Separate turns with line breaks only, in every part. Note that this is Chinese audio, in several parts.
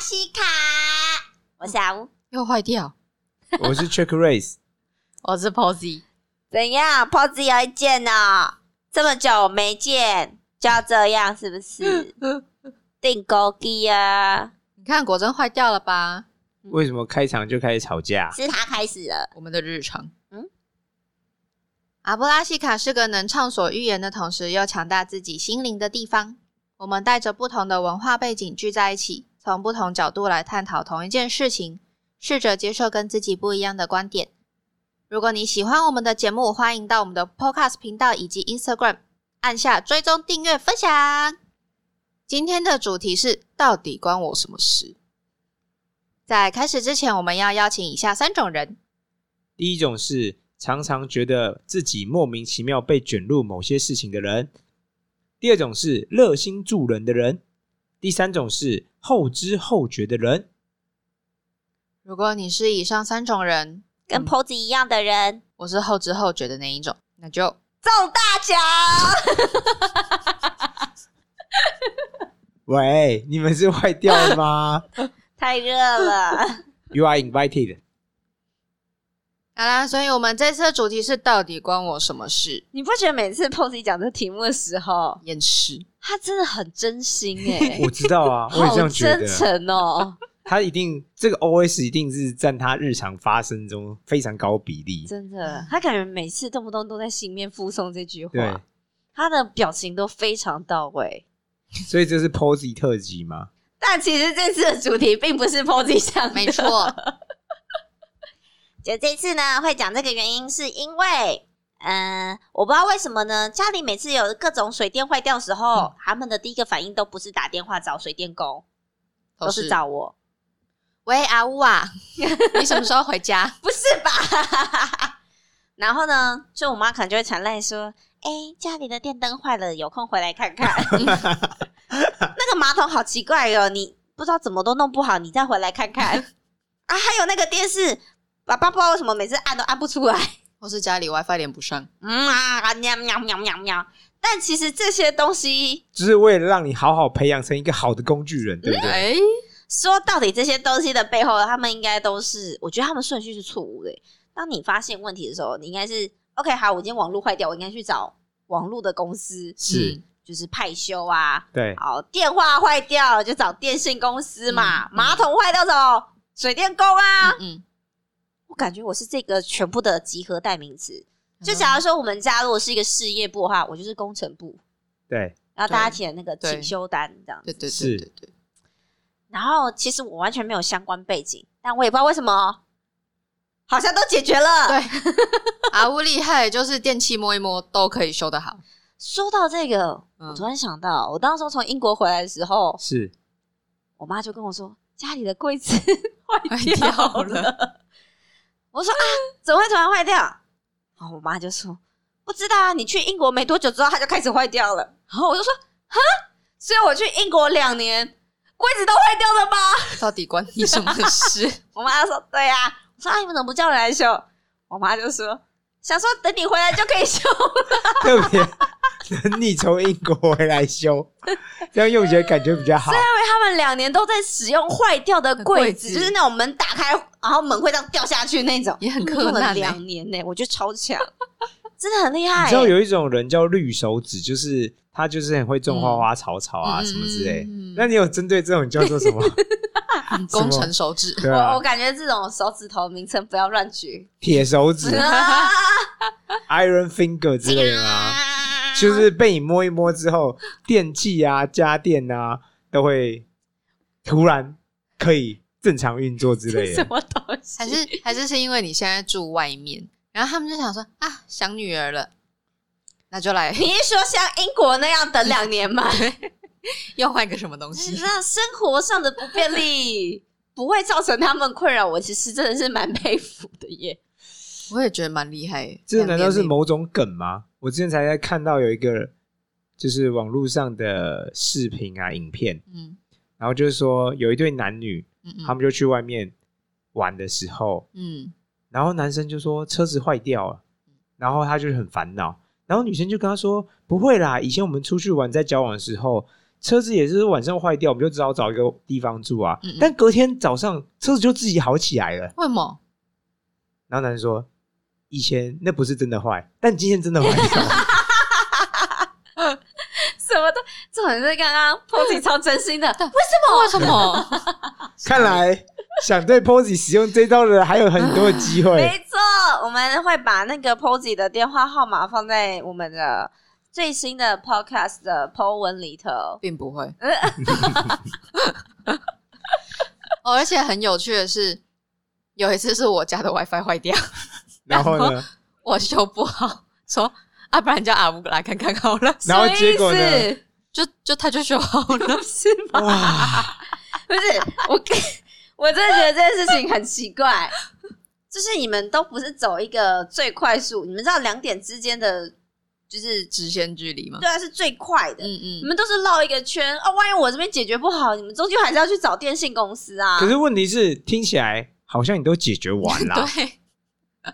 西卡，我是阿乌。
又坏掉。
我是 Check Race，
我是 Posy，
怎样？Pose 有意见呢？这么久没见，就要这样是不是？定勾机啊，
你看果真坏掉了吧？
为什么开场就开始吵架？
是他开始了。
我们的日常。
嗯
阿布拉西卡是个能畅所欲言的同时又强大自己心灵的地方。我们带着不同的文化背景聚在一起，从不同角度来探讨同一件事情，试着接受跟自己不一样的观点。如果你喜欢我们的节目，欢迎到我们的 Podcast 频道以及 Instagram 按下追踪、订阅、分享。今天的主题是到底关我什么事？在开始之前，我们要邀请以下三种人。
第一种是常常觉得自己莫名其妙被卷入某些事情的人；第二种是热心助人的人；第三种是后知后觉的人。
如果你是以上三种人，
跟 Pose 一样的人
我是后知后觉的那一种，那就
中大奖，
喂，你们是坏掉了吗
太热 了。
？You are invited。
好啦。所以我们这次的主题是到底关我什么事？
你不觉得每次 Pose 讲这题目的时候，
厌世。
他真的很真心 哎、
我知道啊，我也这
好
样觉
真
得。
诚哦，
他一定这个 OS 一定是占他日常发生中非常高比例。
真的，他感觉每次动不动都在心里面附送这句
对
话，，他的表情都非常到位。
所以这是 Posy 特辑吗？
但其实这次的主题并不是 Posy 想的
没 错，
就这次呢，会讲这个原因，是因为，嗯、我不知道为什么呢，家里每次有各种水电坏掉的时候，
嗯
他们的第一个反应都不是打电话找水电工，都是找我，
哦喂阿乌啊，你什么时候回家？
不是吧？ 然后呢，就我妈可能就会传来说：“哎、家里的电灯坏了，有空回来看 看。那个马桶好奇怪哦，你不知道怎么都弄不好，你再回来看看啊。还有那个电视，爸爸不知道为什么每次按都按不出来。”
或是家里 WiFi 连不上？
嗯啊啊喵喵喵喵喵。但其实这些东西
就是为了让你好好培养成一个好的工具人，对不对？
哎，
说到底，这些东西的背后，他们应该都是，我觉得他们顺序是错误的欸。当你发现问题的时候，你应该是 OK，好，我今天网络坏掉，我应该去找网络的公司，
是
嗯
就是派修啊。
对，
好，电话坏掉就找电信公司嘛，
嗯嗯
马桶坏掉找水电工啊。
嗯，
我感觉我是这个全部的集合代名词。
嗯
就假如说我们家如果是一个事业部的话，我就是工程部。
对，
然后大家填那个
对
请修单这样
对
子。
对对
是
对对，
然后其实我完全没有相关背景，但我也不知道为什么，好像都解决了。
对阿啊乌厉害，就是电器摸一摸都可以修得好。
说到这个，
嗯
我突然想到，我当时候从英国回来的时候，
是
我妈就跟我说家里的柜子 坏掉
坏掉
了。我说啊，怎么会突然坏掉？然后我妈就说不知道啊，你去英国没多久之后，它就开始坏掉了。然后我就说哈，所以我去英国两年，柜子都坏掉了吗？
到底关你什么事？
我妈说：“对啊。”我说：“啊，你们怎么不叫人来修？”我妈就说：“想说等你回来就可以修。
特别等你从英国回 来修，这样用起来感觉比较好。”
啊
因为他们两年都在使用坏掉的柜子，
柜子
就是那种门打开，然后门会这样掉下去那种，
也很
用
困
了
难、
两
欸。
年呢、我觉得超强，真的很厉害、欸
你知道有一种人叫绿手指，就是他就是很会种花花草草啊、
嗯
什么之类
嗯嗯嗯。
那你有针对这种叫做 什么？
工程手指，
对
我
啊
我，感觉这种手指头名称不要乱取，
铁手指 （Iron Finger） 之类的啊，就是被你摸一摸之后，电器啊、家电啊都会突然可以正常运作之类
什
的。
么东西？
还是还是是因为你现在住外面，然后他们就想说啊，想女儿了，那就来
你是说像英国那样等两年吗？
又换个什么东
你
西
知？道生活上的不便 利不会造成他们困扰，我其实真的是蛮佩服的耶。
我也觉得蛮厉害欸。
这难道是
两年内
某种梗吗？我之前才在看到有一个就是网络上的视频啊、影片，
嗯
然后就是说有一对男女，
嗯
他
嗯
们就去外面玩的时候，
嗯，
然后男生就说车子坏掉了，然后他就很烦恼，然后女生就跟他说不会啦，以前我们出去玩在交往的时候，车子也是晚上坏掉，我们就只好找一个地方住啊。
嗯嗯
但隔天早上车子就自己好起来了。
为什么？
然后男人说：“以前那不是真的坏，但今天真的坏掉了。
什么都，这很是刚 刚 Posy 超真心的，
为什么？
看来想对 Posy 使用这招的人还有很多的机会。
没错，我们会把那个 Posy 的电话号码放在我们的最新的 Podcast 的 Po 文里头。
并不会。 哦，而且很有趣的是，有一次是我家的 WiFi 坏掉，
然后呢？
我修不好，说啊，不然叫阿吴来看看好了，
然后结果呢
什么意思
就就他就修好 了。
是吗？
哇，
不是我跟，我真的觉得这件事情很奇怪，就是你们都不是走一个最快速，你们知道两点之间的，就是
直线距离吗？
对啊是最快的，
嗯
你
嗯，
们都是绕一个圈啊、万一我这边解决不好，你们终究还是要去找电信公司啊。
可是问题是，听起来好像你都解决 完了。
嗯对，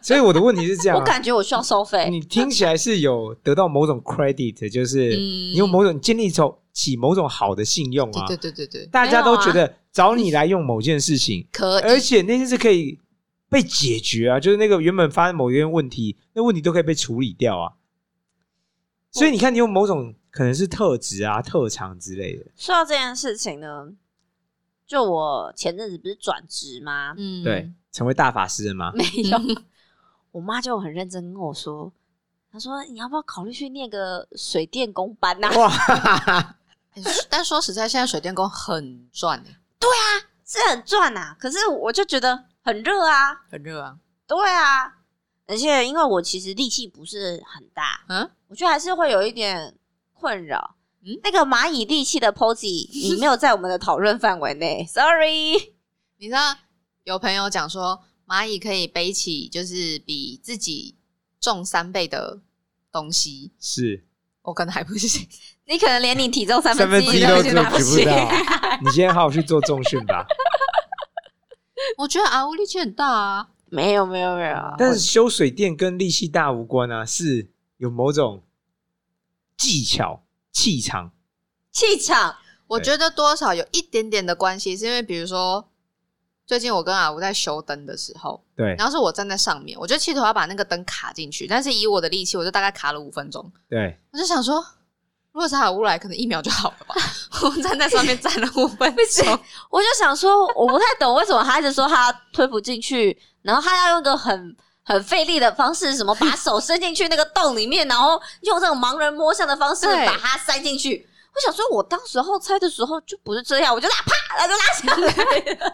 所以我的问题是这样
我
啊、
感觉我需要收费，
你听起来是有得到某种 credit，就
嗯
是你有某种建立从起某种好的信用啊。
对对对对对，
大家都
没有啊
觉得找你来用某件事情，
可
而
以，
且那些是可以被解决啊，就是那个原本发生某一件问题，那问题都可以被处理掉啊。所以你看，你有某种可能是特质啊、特长之类的，
说到这件事情呢，就我前阵子不是转职吗？
嗯，
对，，成为大法师了吗？
没有，
嗯
我妈就很认真跟我说，她说你要不要考虑去念个水电工班啊呐、
哇，哈哈哈
哎但说实在，现在水电工很赚欸
是很赚呐、可是我就觉得很热啊，
很热啊，
对啊，而且因为我其实力气不是很大，
嗯，
我觉得还是会有一点困扰。
嗯
那个蚂蚁力气的 Posy，你没 有在我们的讨论范围内，sorry。
你知道有朋友讲说，蚂蚁可以背起就是比自己重三倍的东西，
是
我可能还不行。
你可能连你体重三
三分之一都
都已
举
经拿不
不
起，
到。你今天好好去做重训吧，
我觉得阿乌力气很大啊，
没有没有没有，
但是修水电跟力气大无关啊，是有某种技巧、气场。
气场
我觉得多少有一点点的关系，是因为比如说。最近我跟阿吴在修灯的时候，
对
然后是我站在上面，我就企图要把那个灯卡进去，但是以我的力气，我就大概卡了五分钟。
对，
我就想说，如果是海乌来，可能一秒就好了 吧。我站在上面站了五分钟，
我就想说，我不太懂为什么他一直说他推不进去，然后他要用一个很很费力的方式，什么把手伸进去那个洞里面，然后用这种盲人摸象的方式
对
把它塞进去。我想说，我当时候猜的时候就不是这样，我就拉啪，然后就拉下来。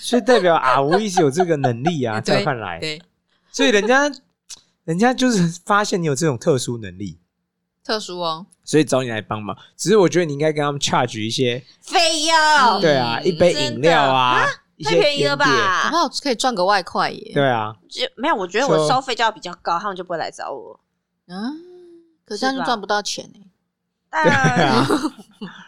所以代表阿吴一直有这个能力啊，在我看来，
对，
所以人家人家就是发现你有这种特殊能力，
特殊哦，
所以找你来帮忙。只是我觉得你应该跟他们 charge 一些，
费用
嗯
对啊，一杯饮料啊，一
太
些
便宜了
甜点？
搞不
吧？
好可以赚个外快耶。
对啊，
就没有，我觉得
说
我收费就要比较高，他们就不会来找 我。
嗯，可是这样就赚不到钱哎。
但
对啊，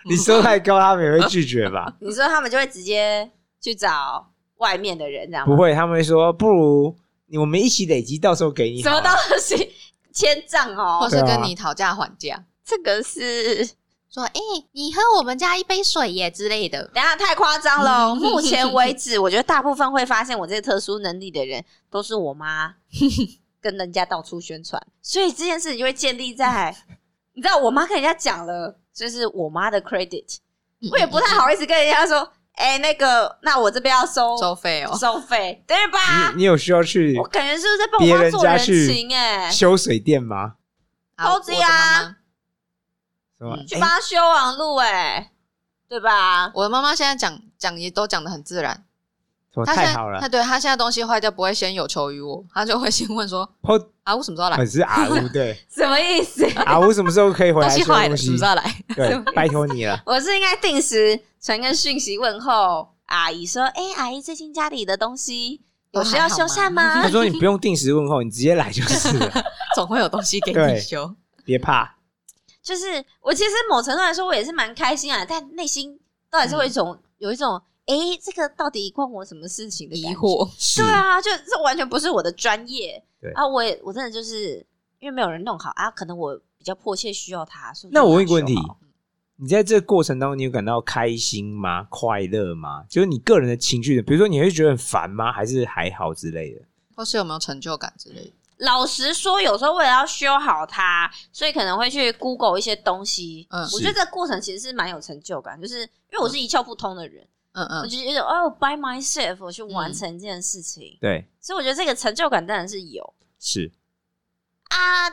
你收太高，他们也会拒 绝吧？
你说他们就会直接去找外面的人，这样吗
不会，他们会说不如你我们一起累积，到时候给你
什
好啊
么
了
东西 千丈
或
哦，
是
啊
跟你讨价还价，
这个是
说哎，你喝我们家一杯水耶之类的。
等一下太夸张 了。哦目前为止，我觉得大部分会发现我这个特殊能力的人，都是我 妈跟人家到处宣传，所以这件事情就会建立在你知道，我妈跟人家讲了，就是我妈的 credit，我也不太好意思跟人家说，哎、那个，那我这边要收
收费哦。
收费，对吧
你？你有需要去
啊我感觉是不是在帮我妈做
别人家去
情、哎，
修水电吗？
啊
投资啊，
什么
嗯？
去
哎
帮她修网路、哎，对吧？
我的妈妈我的妈妈现在讲讲也都讲的很自然。
什么
她现
太
在
好了
她？对她现在东西坏掉不会先有求于我，她就会先问说
抛
啊，我什么时候来
粉？是阿吴对
什么意思？
阿吴什么时候可以回
东
来
西
修
坏
东
了，什
西
么时？候来？
对，拜托你了。
我是应该定时传个讯息问候阿姨说：“哎、阿姨，最近家里的东西有需要修缮吗
他？”说你不用定时问候，你直接来就是 了，
总会有东西给你
对
修。
别怕。
就是我其实某程度来说，我也是蛮开心啊，但内心都还是会一种、有一种“哎、这个到底关我什么事情”的
疑
感觉。
惑，
是
对啊，就这完全不是我的专业。
对
啊，我也我真的就是因为没有人弄好啊，可能我比较迫切需要它。所以
那我
就
问
把它
一个问题
修好，
你在这个过程当中，你有感到开心吗？快乐吗？就是你个人的情绪，比如说你会觉得很烦吗？还是还好之类的？
或是有没有成就感之类的。
老实说，有时候为了要修好它，所以可能会去 Google 一些东西。
嗯
我觉得这个过程其实是蛮有成就感，就是因为我是一窍不通的人，
嗯
我
嗯，
就觉得哦，by myself 我去完成这件事情，
对，
所以我觉得这个成就感当然是有
是。
啊，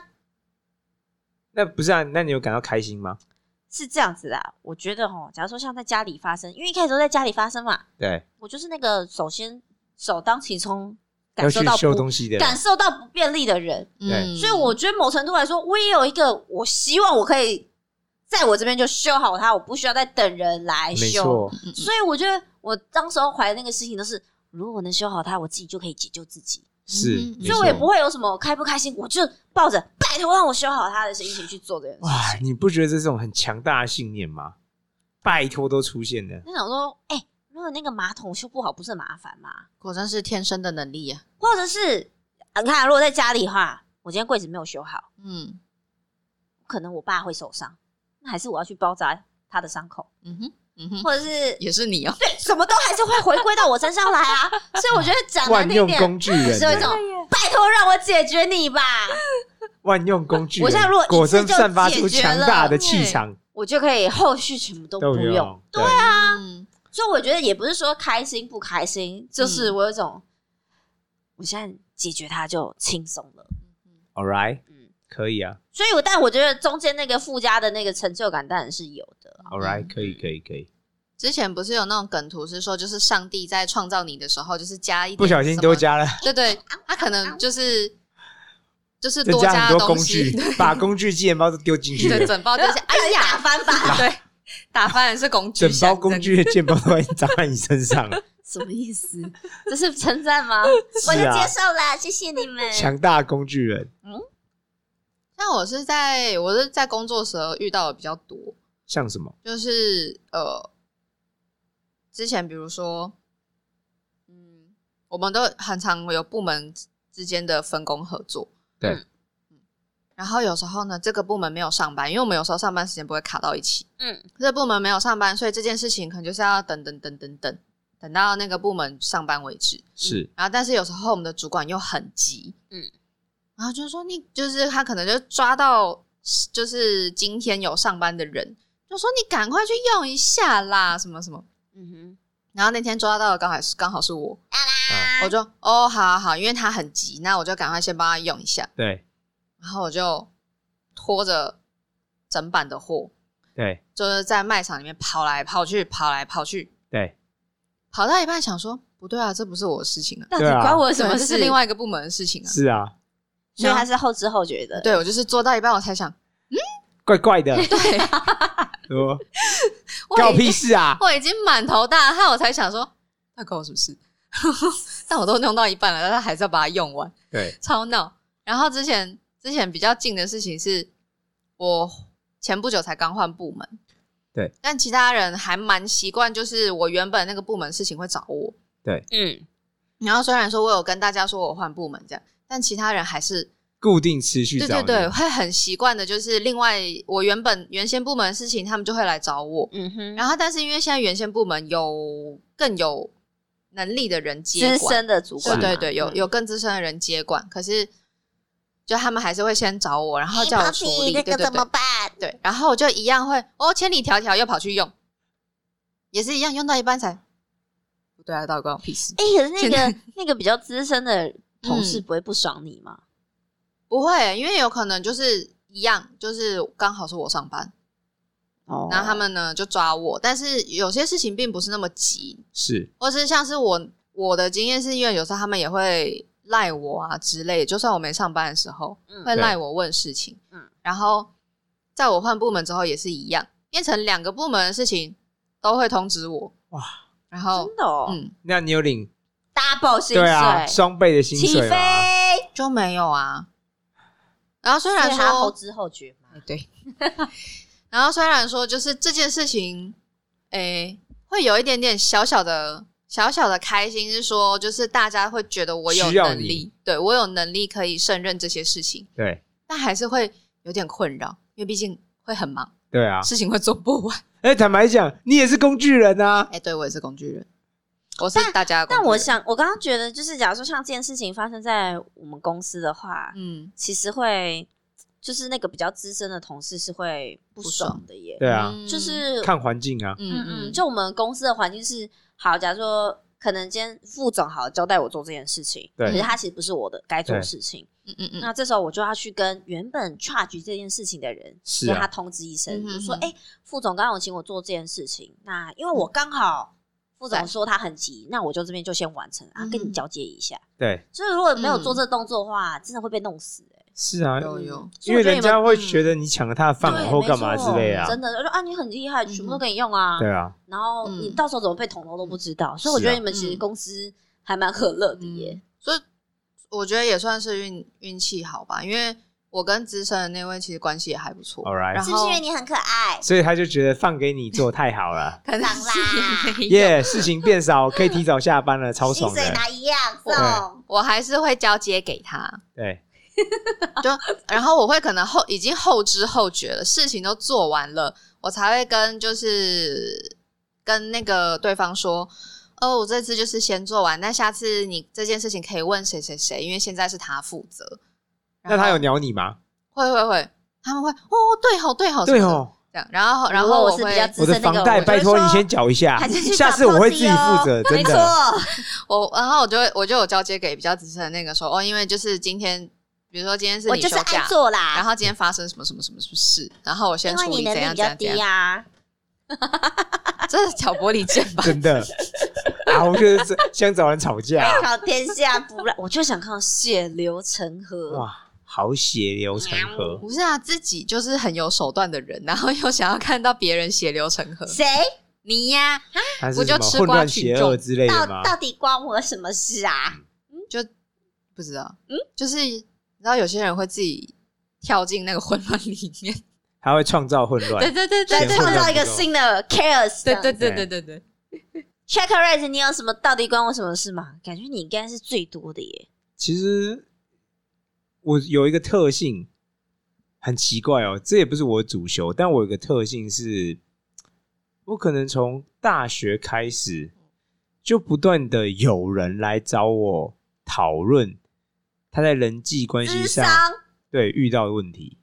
那不是啊？那你有感到开心吗？
是这样子啦。我觉得哦，假如说像在家里发生，因为一开始都在家里发生嘛，
对，
我就是那个首先首当其冲
要
感
去
受到
修
不
东西的人，
感受到不便利的人，
嗯
对
所以我觉得某程度来说，我也有一个，我希望我可以在我这边就修好它，我不需要再等人来
没
修。
错，
嗯
所以我觉得我当时候怀的那个事情都是，如果我能修好它，我自己就可以解救自己，
是
嗯，
没
所以我也不
错。
会有什么开不开心，我就抱着拜托让我修好它的心情去做这件
哦
事
哇，
情。
你不觉得这是种很强大的信念吗？拜托都出现了，
那想说，哎、如果那个马桶修不好，不是很麻烦吗？
果真是天生的能力啊呀、
或者是呃你看，啊如果在家里的话，我今天柜子没有修好，
嗯
可能我爸会受伤，那还是我要去包扎他的伤口，
嗯哼 嗯哼，
或者是
也是你哦。
对，什么都还是会回归到我身上来啊。所以我觉得讲难
万
听
用
点，
工 具人
是有一
欸，
种拜托让我解决你吧，
万用工具人。
我现在如果一
果
次
真
就
散发出
解决
强
了嗯
大的气场，
我就可以后续全部都
都
不
不
用。
用。对啊，
啊，嗯
所以我觉得也不是说开心不开心，就是
嗯
我有一种，我现在解决它就轻松了。
，All right，
嗯，
可以啊
所以我但我觉得中间那个附加的那个成就感当然是有的。
，All right，
嗯
可以，可以，可以。
之前不是有那种梗图是说，就是上帝在创造你的时候，就是加一点
不小心
什么
多，加了，
对对，他可能就是就是
增
多
加很多
东
工
西
具，把工具寄钱包都丢进去了
对，整包就是 哎
打
呀，
翻吧，
对，打翻也是工具
整
箱，
包工具的剑包都已经砸在你身 上了，
什么意思？这是称赞 吗？我就接受了，谢谢你们。
啊强大工具人
像我是在我是在工作时候遇到的比较多，
像什么？
就是呃，之前比如说，嗯，我们都很常有部门之间的分工合作，
对
嗯
然后有时候呢，这个部门没有上班，因为我们有时候上班时间不会卡到一起，
嗯，
这个部门没有上班，所以这件事情可能就是要等等等等等，等到那个部门上班为止。
是
然后但是有时候我们的主管又很急，
嗯
嗯，然后就说你就是他可能就抓到就是今天有上班的人，就说你赶快去用一下啦，什么什么。
嗯
然后那天抓到的刚好是刚好是我，
哼，
我就哦，好好好，因为他很急，那我就赶快先帮他用一下，
对
然后我就拖着整版的货，
对
就是在卖场里面跑来跑去，跑来跑去，
对，
嗯
跑到一半想说不对啊，这不是我的事情啊，
到
对啊
我
对这是另，外一个部门的事情啊。
是啊，
所以他是后知后觉的。，
对我就是做到一半我才想，
怪 怪的，
对。
说
我
搞
已
屁事啊！
我已经满头大汗，我才想说，那关我什么事？ 但我都弄到一半了，但他还是要把它用完，
对，
超闹。然后之前之前比较近的事情是，我前不久才刚换部门，
对，
但其他人还蛮习惯，就是我原本那个部门事情会找我。
嗯，
然后虽然说我有跟大家说我换部门这样，但其他人还是
固定持续
对对
找你
对，会很习惯的，就是另外我原本原先部门的事情，他们就会来找我。
嗯哼，
然后，但是因为现在原先部门有更有能力的人接
资
管，
深的主管
对
嘛，
对对，有
嗯
有更资深的人接管，可是就他们还是会先找我，然后叫
哎
我处理，对对对，
办？哎
对，然后我就一样会哦，千里迢迢又跑去用，也是一样，用到一半才不对啊，到底关我屁事？
哎，可是那
现嗯
个那个比较资深的同事不会不爽你吗？
不会，因为有可能就是一样，就是刚好是我上班，
哦
然后他们呢就抓我，但是有些事情并不是那么急，
是
或是像是我我的经验是因为有时候他们也会赖我啊之类的，就算我没上班的时候，
嗯
会赖我问事情，
嗯
嗯，然后在我换部门之后也是一样，变成两个部门的事情都会通知我，
哇
哇，然后
真的哦
嗯
那你有领
double 薪
对啊
水
双倍的薪
起
水啊
飞，
吗？
就没有啊，然后虽
所
然
以他后
说
知后觉嘛。
对，啊然后虽然说就是这件事情，诶、会有一点点小小的、小小的开心，是说就是大家会觉得我有
需要
能
你
力，对我有能力可以胜任这些事情，
对
但还是会有点困扰，因为毕竟会很忙，
对啊，
事情会做不完。
哎，坦白讲，你也是工具人啊。
哎、对我也是工具人，我是大家的工具
但
人
我，想，我刚刚觉得，就是假如说像这件事情发生在我们公司的话，
嗯，
其实会就是那个比较资深的同事是会不爽的耶。
对啊，
嗯
就是
看环境啊，
嗯嗯，就我们公司的环境是好，假如说可能今天副总好交代我做这件事情，
对
可是他其实不是我的该做的
对
事情，
嗯嗯嗯，
那这时候我就要去跟原本 charge 这件事情的人，
是
跟
啊
他通知一声，
嗯哼
就说
哼
哎、诶副总刚刚有请我做这件事情，那
嗯
因为我刚好。副总
对
说他很急，那我就这边就先完成啊，跟
嗯
你
哼嗯
交接一下。
对，
就是如果没有做这动作的话，真的会被弄死、欸。
是啊，
有有，
所以
因为
我觉得
人
你们嗯
家会觉得你抢了他的饭碗
对
或干嘛
没
之
错
类啊，
真的，就说啊你很厉害，全部都
嗯哼
给你用啊。
对啊，
然后你
嗯
到时候怎么被捅头都不知道，所以我
是
觉得
啊
你们其实
嗯
公司还蛮可乐的耶。
嗯，所以我觉得也算是运运气好吧，因为我跟资深的那位其实关系也还不错
Alright
然
是不是
后
因为你很可爱？
所以他就觉得放给你做太好了，
可能
长啦
是也没有
耶、事情变少，可以提早下班了，超
薪
爽
水
的，哎
拿一样
对
送，
我还是会交接给他，
对，
就然后我会可能后已经后知后觉了，事情都做完了，我才会跟就是跟那个对方说，哦，我这次就是先做完，那下次你这件事情可以问谁谁谁，因为现在是他负责。
那他
然后
有鸟你吗？
会会会，他们会哦，对吼对吼，
对，哦，
这样，然后然
如果
后
我是比较
会
资
我
深
的
那个
房贷
我就
拜托
说
你先缴一下
还是，去
下
找
次我会
Cozy
自己负责，
哦
真
没错
的，，
我，然后我就会我就有交接给比较资深的那个说哦，因为就是今天，比如说今天是
我
你
就是
休
爱
假，
做
然
啦，
后今天发生什么什么什么什么事，然后我先
因
处
为你
理
能力比
怎样怎
较
样怎
低
样，
啊。
这是挑拨离间 吧？
真 的。啊，我觉得这想找人吵架，
靠天下不乱，我就想看到血流成河。
哇，好血流成河，
不是啊，自己就是很有手段的人，然后又想要看到别人血流成河，
谁？你呀、
他是
我
什
就
么
吃
混
瓜
乱
群
邪
众
恶之类
到
的吗？
到底关我什么事啊？
不知道，
嗯
嗯，就是你知道有些人会自己跳进那个混乱里面，
他会创造混
对
乱，
对对
再
对对
闲
创
混
造
乱
一个
不够
新的 chaos 这
对
样。
对对对对对。
Check Raise，你有什么？到底关我什么事吗？感觉你应该是最多的耶。
其实我有一个特性，很奇怪哦，这也不是我主修，但我有个特性是，我可能从大学开始就不断的有人来找我讨论他在人际关系
智
上
商
对遇到的问题，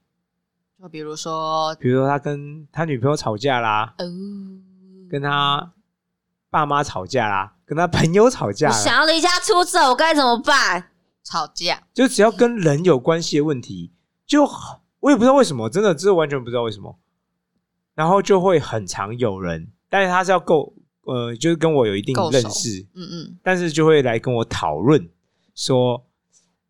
就比如说，
比如说他跟他女朋友吵架啦，
哦，
跟他爸妈吵架啦，跟他朋友吵架
我
啦，
想要离家出走，我该怎么办？
吵架，
就只要跟人有关系的问题，就我也不知道为什么，真的，这完全不知道为什么。然后就会很常有人，但是他是要够，呃，就是跟我有一定
够熟
认识，
嗯嗯，
但是就会来跟我讨论说，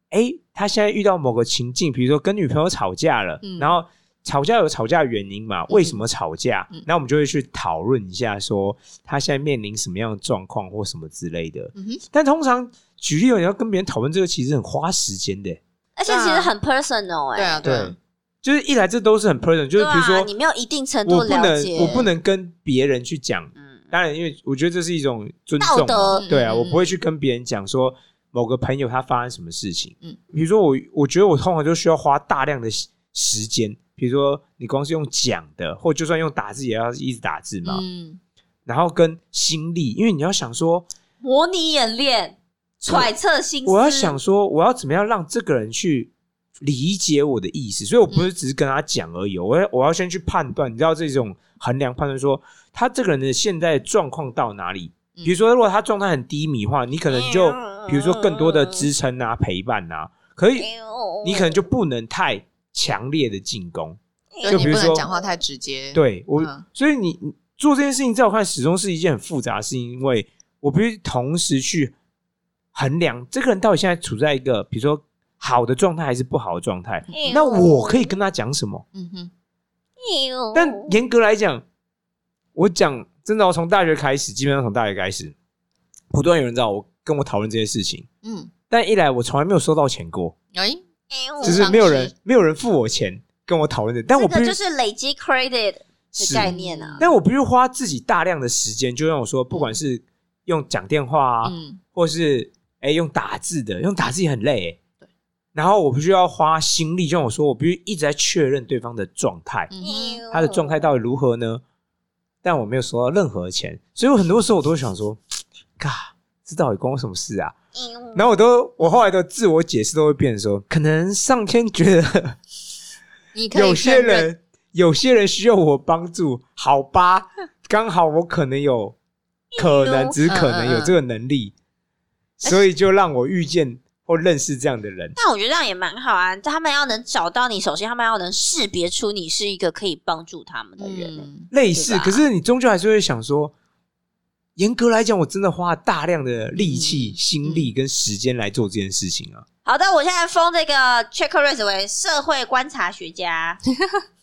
哎，他现在遇到某个情境，比如说跟女朋友吵架了，
嗯
然后吵架有吵架的原因
嗯
嘛，为什么吵架？
嗯
那我们就会去讨论一下，说他现在面临什么样的状况或什么之类的。
嗯哼
但通常举例哦，你要跟别人讨论这个，其实很花时间的。
而且其实很 personal 哎、
对啊，对啊，，
就是一来这都是很 person，就是比如
对
说、
啊、你没有一定程度
我不
了
能
解，
我不能跟别人去讲，
嗯，
当然因为我觉得这是一种尊重
道
嘛，
德
对啊，
嗯
我不会去跟别人讲说某个朋友他发生什么事情，嗯
嗯，
比如说我我觉得我通常就需要花大量的时时间，比如说你光是用讲的，或就算用打字也要一直打字嘛，
嗯，
然后跟心力，因为你要想说
模拟演练、揣测心思。
我要想说，我要怎么样让这个人去理解我的意思，所以我不是只是跟他讲而已，我要我要先去判断，你知道这种衡量判断说他这个人的现在状况到哪里。
嗯
比如说，如果他状态很低迷的话，你可能就
嗯
比如说更多的支撑啊、陪伴啊，可
哎
以，你可能就不能太强烈的进攻。
就
就
你
比如
不能
说
讲话太直接，，
对我，
嗯
所以你你做这件事情，在我看始终是一件很复杂的事情，因为我必须同时去衡量这个人到底现在处在一个比如说好的状态还是不好的状态。
嗯
那我可以跟他讲什么？
嗯哼，
以，
但
嗯
严格来讲，我讲真的，我哦从大学开始，基本上从大学开始，不断有人找我跟我讨论这些事情，
嗯，
但一来我从来没有收到钱过，
哎，
就
只
是没有人
是
没有人付我钱跟我讨论这，但
嗯这
我必
个
须
就是累积 credit 的
是
概念啊。
但我必须花自己大量的时间，就让我说，不管是用讲电话啊，
嗯，
或是哎、诶用打字的，用打字也很累、欸。然后我必须要花心力，就像我说，我必须一直在确认对方的状态，
嗯哼，
他的状态到底如何呢？但我没有收到任何钱，所以我很多时候我都会想说，嘎，这到底关我什么事啊？
嗯
然后我都我后来的自我解释都会变成说，可能上天觉得
你可以
有些
胜任
人有些人需要我帮助，好吧，刚好我可能有
哦
可能只是
嗯
可能有这个能力，所以就让我遇见或认识这样的人。
但我觉得这样也蛮好啊，他们要能找到你，首先他们要能识别出你是一个可以帮助他们的人欸。
嗯，
类似
对，吧
可是你终究还是会想说，严格来讲，我真的花了大量的力气、
嗯
心力跟时间来做这件事情啊。
好的，我现在封这个 Check Race 为社会观察学 家，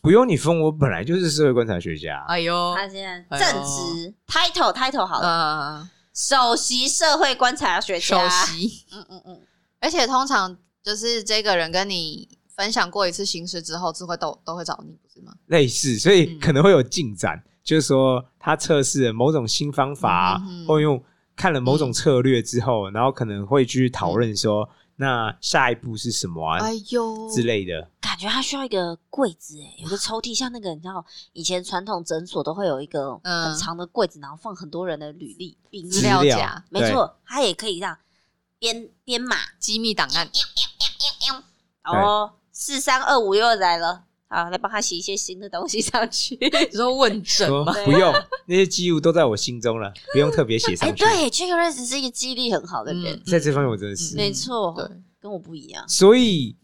不用你分，我本来就是社会观察学家。啊
哎呦，
嗯
他啊现在
哎呦
正职 title title 好了，
呃，
首席社会观察学
首
家。
席，
嗯嗯嗯，
而且通常就是这个人跟你分享过一次心事之后，就会都都会找你，不是吗？
类似，所以
嗯
可能会有进展，就是说他测试了某种新方法，
嗯嗯嗯
或用看了某种策略之后，然后可能会去讨论说，那下一步是什么啊、
嗯哎呦，
之类的。
感觉他需要一个柜子，哎，有个抽屉，像那个你知道，以前传统诊所都会有一个
嗯
很长的柜子，然后放很多人的履历、病
资
历
资。
料
料
夹
没错，他也可以让编编码。
机密档案，
哦，四三二五又来了，好，来帮他写一些新的东西上去。
你说问诊
说
吗？
对
不用，那些记录都在我心中了，不用特别写
哎，
上去。
对，Jack Rose 是一个记忆力很好的人
嗯，
在这方面我真的是，
嗯
没错，
对，
跟我不一样。
所以，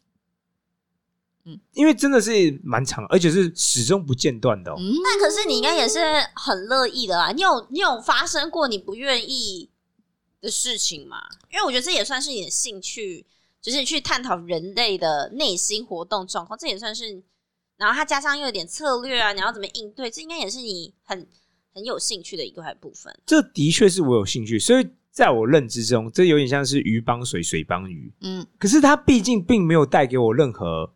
嗯
因为真的是蛮长，而且是始终不间断的、哦。
嗯，
但可是你应该也是很乐意的啊，你有你有发生过你不愿意的事情吗？因为我觉得这也算是你的兴趣，就是去探讨人类的内心活动状况，这也算是。然后它加上又有点策略啊，你要怎么应对，这应该也是你很很有兴趣的一块部分。
这的确是我有兴趣，所以在我认知中，这有点像是鱼帮水，水帮鱼。
嗯，
可是它毕竟并没有带给我任何，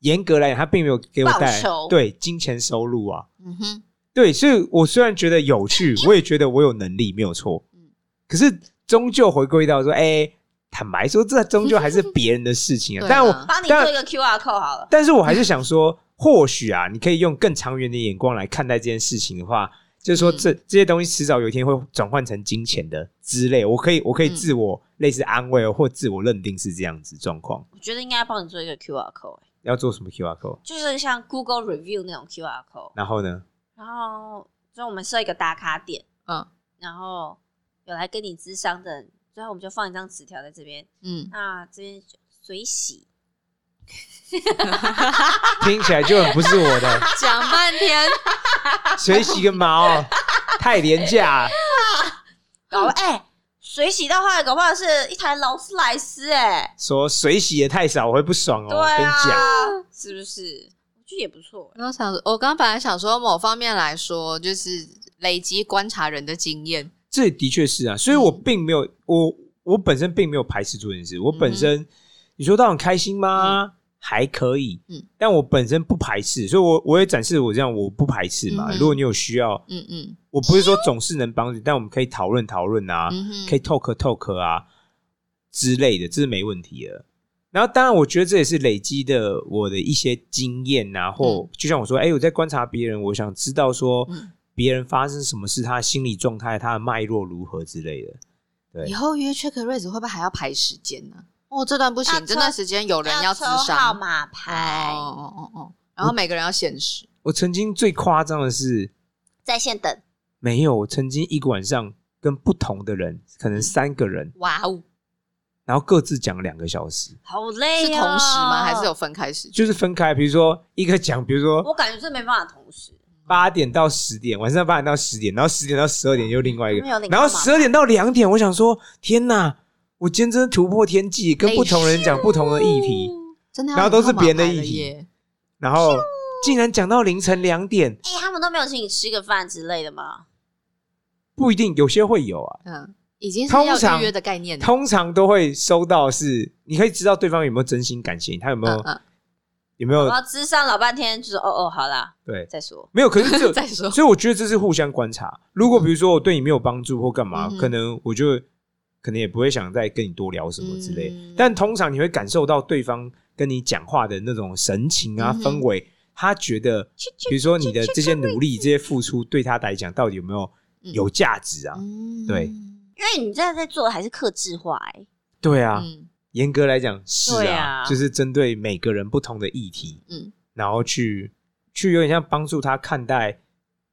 严格来讲，它并没有给我带
报
来
酬
对金钱收入啊。
嗯哼，
对，所以我虽然觉得有趣，我也觉得我有能力，没有错
嗯。
可是终究回归到说，哎、坦白说，这终究还是别人的事情
对
啊。
啊
但我
帮你
当然
做一个 QR code 好了。
但是我还是想 说，或许啊，你可以用更长远的眼光来看待这件事情的话，就是说
嗯
这、这些东西迟早有一天会转换成金钱的之类。我可以，我可以
嗯
自我类似安慰或自我认定是这样子状况。
我觉得应该帮你做一个 QR code，、欸、
要做什么 QR code？
就是像 Google Review 那种 QR code，
然后呢？
然后就我们设一个打卡点，
嗯
然后有来跟你咨商的人，最后我们就放一张纸条在这边，
嗯，
那这边就随喜。
听起来就很不是我的，
讲半天，
水洗个毛，太廉价。
嗯
搞哎、水洗到后来，搞不好是一台劳斯莱斯哎、
说水洗也太少，我会不爽哦。
对
我跟你讲，
啊，是不是？我觉得也不错、欸。
然后想，我刚刚本来想说，某方面来说，就是累积观察人的经验，
这的确是啊，所以我并没有，我我本身并没有排斥做这件事。我本身，你说到很开心吗？还可以，
嗯
但我本身不排斥，所以我我也展示我这样，我不排斥嘛。
嗯哼
如果你有需要，
嗯嗯
我不是说总是能帮你，但我们可以讨论讨论啊，
嗯哼，
可以 talk talk 啊之类的，这是没问题的。然后，当然，我觉得这也是累积的我的一些经验啊，或就像我说，哎、我在观察别人，我想知道说
嗯
别人发生什么事，他的心理状态、他的脉络如何之类的。对
以后约 Check Raise 会不会还要排时间呢、哦，这段不
要抽
行，这段时间有人
要
咨
抽
商
号码
哦
牌，
哦哦哦，然后每个人要限时，
我曾经最夸张的是，
在线等。
没有，我曾经一个晚上跟不同的人，可
嗯
能三个人，
哇哦，
然后各自讲两个小时，
好累、哦
是同时吗？还是有？分开时间？
就是分开，比如说一个讲，比如说
哦
我感觉这没办法同时。
八点到十点，晚上八点到十点，然后十点到十二点又另外一
他们有
个
领，
然后
干嘛
十二点到两点，我想说，天哪，我今天真的突破天际，跟不同人讲不同的议题，
真的要
然后都是别人的
领号码
议
牌
题
了耶
然后竟然讲到凌晨两点，
哎、他们都没有请你吃个饭之类的吗？
不一定，有些会有啊，
嗯，已经是
通
要
常
预约的概念了。
通常都会收到是，你可以知道对方有没有真心感谢你，他有没有、
嗯嗯，
有没有
我要智商老半天，就是哦哦，好啦，
对，
再 说。
没有，可是 这
再说
所以我觉得这是互相观察。如果比如说我对你没有帮助或干嘛，
嗯哼
可能我就可能也不会想再跟你多聊什么之类。
嗯
但通常你会感受到对方跟你讲话的那种神情啊、
嗯哼
氛围，他觉得，比如说你的这些努力、这些付出，对他来讲到底有没有
嗯
有价值啊？
嗯
对
因为你这样在做的还是克制化、欸，
对啊，
嗯
严格来讲是
对
啊，
啊
就是针对每个人不同的议题，
嗯，
然后去去有点像帮助他看待，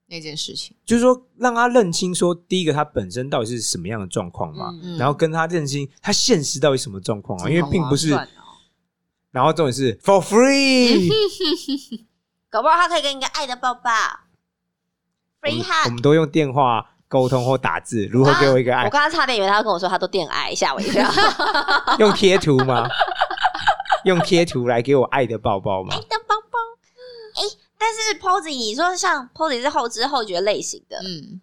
那件事情，
就是说让他认清说，第一个他本身到底是什么样的状况嘛，
嗯，
嗯
然后跟他认清他现实到底什么状况啊，因为并不是
好，划算哦
然后重点是 for free，
搞不好他可以给你一个爱的抱抱
我们
，free
我
hug。
们都用电话沟通或打字，如何给我一个爱
我？刚刚差点以为他要跟我说他都恋爱，吓我一跳。爱
用贴图吗？用贴图来给我爱的抱抱吗？
的抱抱。哎、但是 Posy，你说像 Posy 是后知后觉类型的，
嗯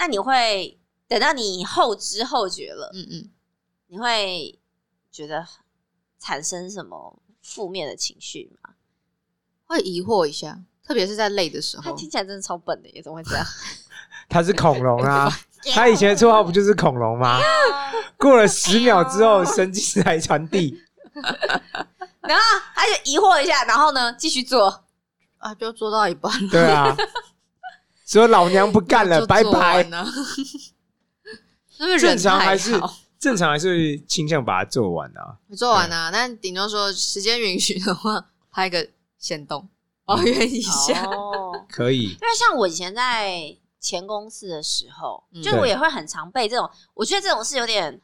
那你会等到你后知后觉了，
嗯嗯，
你会觉得产生什么负面的情绪吗？
会疑惑一下，特别是在累的时
他
候，
听起来真的超笨的，耶，怎么会这样？
他是恐龙啊，他以前的绰号不就是恐龙吗？过了十秒之后，神经才传递。
然后他就疑惑一下，然后呢继续做，
啊，就做到一半，
对啊，说老娘不干 了，
就
拜
做完
拜。
了。因为
正
人
常
太
还是
好
正常还是会倾向把它做完啊。
我做完啊，但顶多说时间允许的话，拍个先动，抱
嗯
怨一下。
哦，
可以，
因为像我以前在前公司的时候，
嗯
就是我也会很常被这种，我觉得这种是有点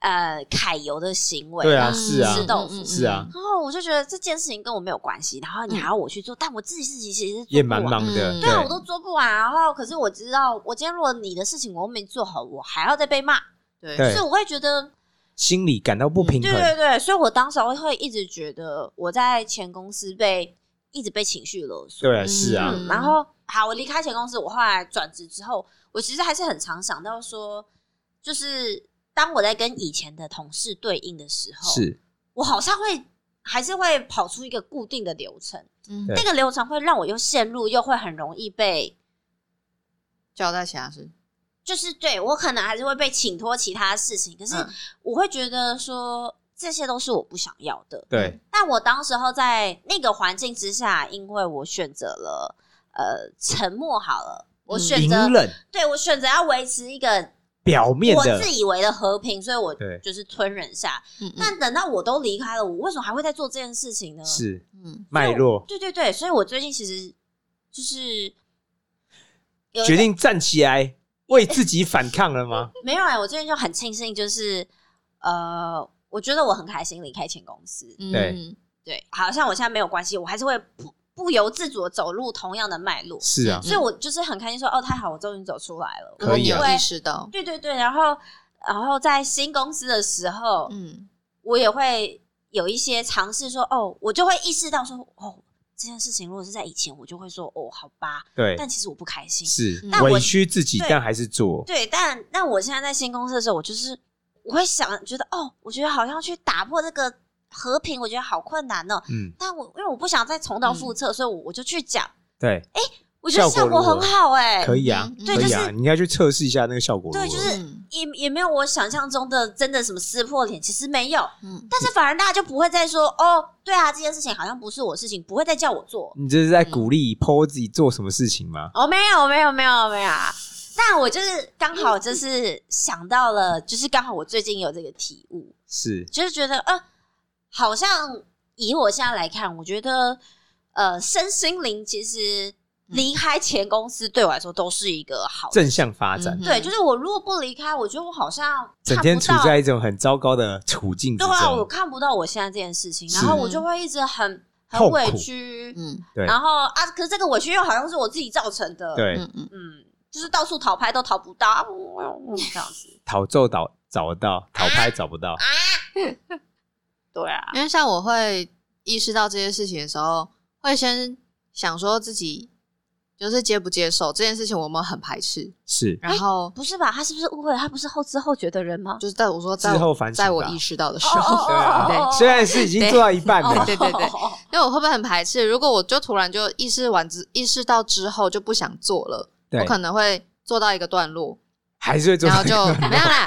呃揩油的行为，
对
嗯
啊
然后
是啊
吃豆腐
是啊，
然后我就觉得这件事情跟我没有关系，然后你还要我去做，但我自己自己其实是做
也
不完
蛮忙的。
嗯
对啊，我都做不完。然后，可是我知道，我今天如果你的事情我又没做好，我还要再被骂，
对
所
对
以我会觉得，
心里感到不平
对
衡。
嗯对对，所以我当时会一直觉得我在前公司被一直被情绪勒索。
对啊，是啊，
嗯，然后好，我离开前公司，我后来转职之后，我其实还是很常想到说，就是当我在跟以前的同事对应的时候，
是
我好像会还是会跑出一个固定的流程，
嗯
对
那个流程会让我又陷入，又会很容易被
交代其他事。
就是对我可能还是会被请托其他事情，可是
嗯
我会觉得说这些都是我不想要的。
对，
但我当时候在那个环境之下，因为我选择了呃沉默好了，我
嗯
选
隐
择、
忍
对我选择要维持一个
表面
我
的
自以为的和平，所以我
对
就是吞忍下。
嗯嗯
但等到我都离开了，我为什么还会在做这件事情呢？
是
嗯，
脉络，
对对对，所以我最近其实就是有一
决
个
定站起来为自己反抗了 吗？
没有哎、我最近就很庆幸，就是呃，我觉得我很开心离开前公司。
嗯
对
对，好像我现在没有关系，我还是会不不由自主的走入同样的脉络，
是啊，
所以我就是很开心说，哦，太好，我终于走出来了。
可以啊
我有意识到，
对对对，然后然后在新公司的时候，
嗯，
我也会有一些尝试说，哦，我就会意识到说，哦，这件事情如果是在以前，我就会说，哦，好吧，
对，
但其实我不开心。
是
但
我
委屈自己，
对
但还是做。
对，但但我现在在新公司的时候，我就是我会想，觉得哦，我觉得好像去打破这个和平，我觉得好困难哦。
嗯，
但我因为我不想再重蹈覆辙，所以我我就去讲，
对，
我觉得
效
效果
果如何
很好哎、
可以啊，
嗯
对
可以
就
啊，
是
你应该去测试一下那个效果如何。
对就是
嗯
也也没有我想象中的真的什么撕破脸，其实没有，
嗯，
但是反而大家就不会再说哦，对啊，这件事情好像不是我的事情，不会再叫我做。
你这是在鼓励
嗯
Posy 做什么事情吗？
哦，没有没有没有没有啊，但我就是刚好就是想到了，就是刚好我最近有这个体悟，
是
就是觉得，呃，好像以我现在来看，我觉得，呃，身心灵其实离开前公司对我来说都是一个好的。
嗯正向发展
嗯，
对，就是我如果不离开，我觉得我好像
整
看
天
不
处
到，
在一种很糟糕的处境之
对啊，我
中。
看不到我现在这件事情，
是
然后我就会一直很
痛
很
苦
委屈，
嗯
对
然后啊，可是这个委屈又好像是我自己造成的，，
对，
嗯嗯，
嗯，就是到处讨拍都讨不到，啊嗯这样子，
讨咒找找得到，讨拍找不
啊
到。
对啊，
因为像我会意识到这些事情的时候，会先想说自己就是接不接受这件事情，我们很排斥，
是
然后
不是吧？他是不是误会了？他不是后知后觉的人吗？
就是在我说在
事后
我
反省吧
在我意识到的时
哦
候，
哦哦
对
哦哦
啊虽然是已经做到一半了，
对哦
哦
对对， 因为我会不会很排斥？如果我就突然就意识完之意识到之后就不想做了，
对
我可能会做到一个段落，
还是会做
然
到
后
一
就
半。
没有啦，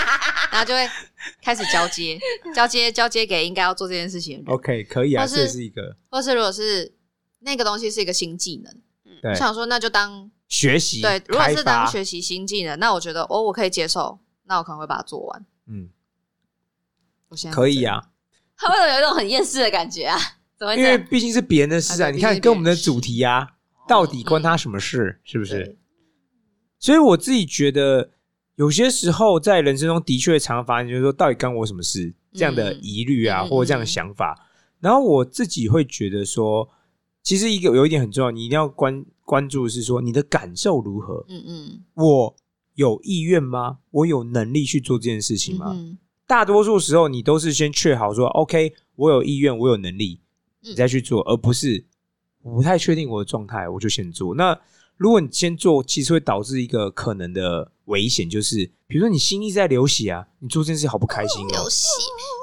然后就会开始交接，交接交接给应该要做这件事情的人，
OK，可以 啊，
或是
这也是一个
或是如果是那个东西是一个新技能，
对
我想说那就当
学习
对，如果
开
是当
发
学习新技能，那我觉得哦，我可以接受，那我可能会把它做完。
嗯，
我现在
可以啊，
他会有一种很厌世的感觉啊？怎么会
因
这
为
样？
毕竟是别人的事啊，
啊对
你
毕竟
看
是别
跟我们的
人的
主
事嗯
题啊，到底关他什么事？是不是？所以我自己觉得，有些时候在人生中的确常发生，就是说到底干我什么事这样的
嗯
疑虑啊，
嗯
或者这样的
嗯
想法。然后我自己会觉得说，其实一个有一点很重要，你一定要关关注的是说你的感受如何。
嗯嗯，
我有意愿吗？我有能力去做这件事情
嗯
吗？
哼
大多数时候你都是先确好说，OK，我有意愿，我有能力，
嗯
你再去做，而不是我不太确定我的状态，我就先做。那如果你先做，其实会导致一个可能的危险，就是比如说你心一直在流血啊，你做这件事好不开心哦
游，戏，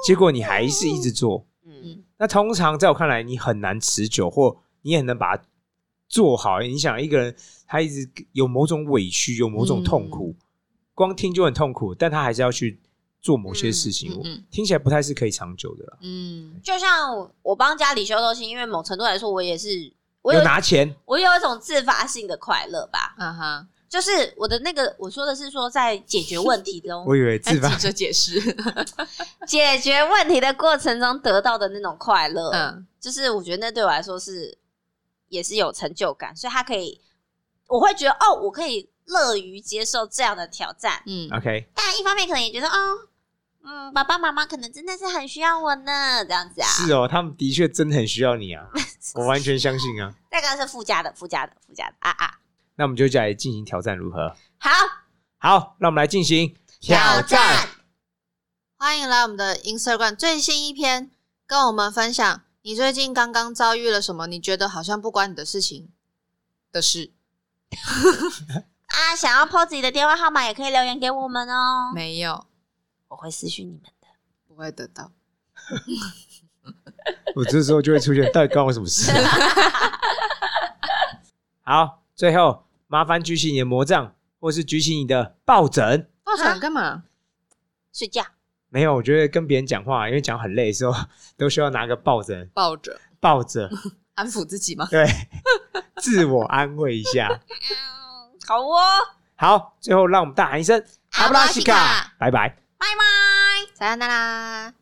结果你还是一直做。
嗯，
那通常在我看来，你很难持久，或你也很难把它做好。你想一个人，他一直有某种委屈，有某种痛苦，光听就很痛苦，但他还是要去做某些事情，
嗯嗯嗯
听起来不太是可以长久的啦。
嗯，
就像我我帮家里修东西，因为某程度来说，我也是我有
有拿钱，
我有一种自发性的快乐吧，
啊哈，
就是我的那个我说的是说在解决问题中，
我以为自
哎
发
记者解 释，
解决问题的过程中得到的那种快乐，
呃
嗯
就是我觉得那对我来说是也是有成就感，所以他可以，我会觉得哦，我可以乐于接受这样的挑战，
嗯
OK，
但一方面可能也觉得哦，嗯，爸爸妈妈可能真的是很需要我呢，这样子啊，
是哦，他们的确真的很需要 你啊，我完全相信啊。
那个是附加的，附加的，附加的啊啊，
那我们就再来进行挑战，如何？
好，
好，那我们来进行
挑战。
欢迎来我们的 Instagram 最新一篇，跟我们分享你最近刚刚遭遇了什么你觉得好像不关你的事情的事。
啊，想要 PO 自己的电话号码也可以留言给我们哦，
没有，
我会私讯你们的。
不会得到。
我这时候就会出现，到底关我什 么事？好，最后麻烦举起你的魔杖，或是举起你的抱枕。
抱枕干嘛？
睡觉，
没有，我觉得跟别人讲话，因为讲很累的时候，都需要拿个抱枕
抱着
抱着，
安抚自己吗？
对，自我安慰一下。
嗯，好哦，
好，最后让我们大喊一声“
阿
阿
布
布
拉
拉
西
西
卡
卡”，拜拜。
拜拜。
再见啦。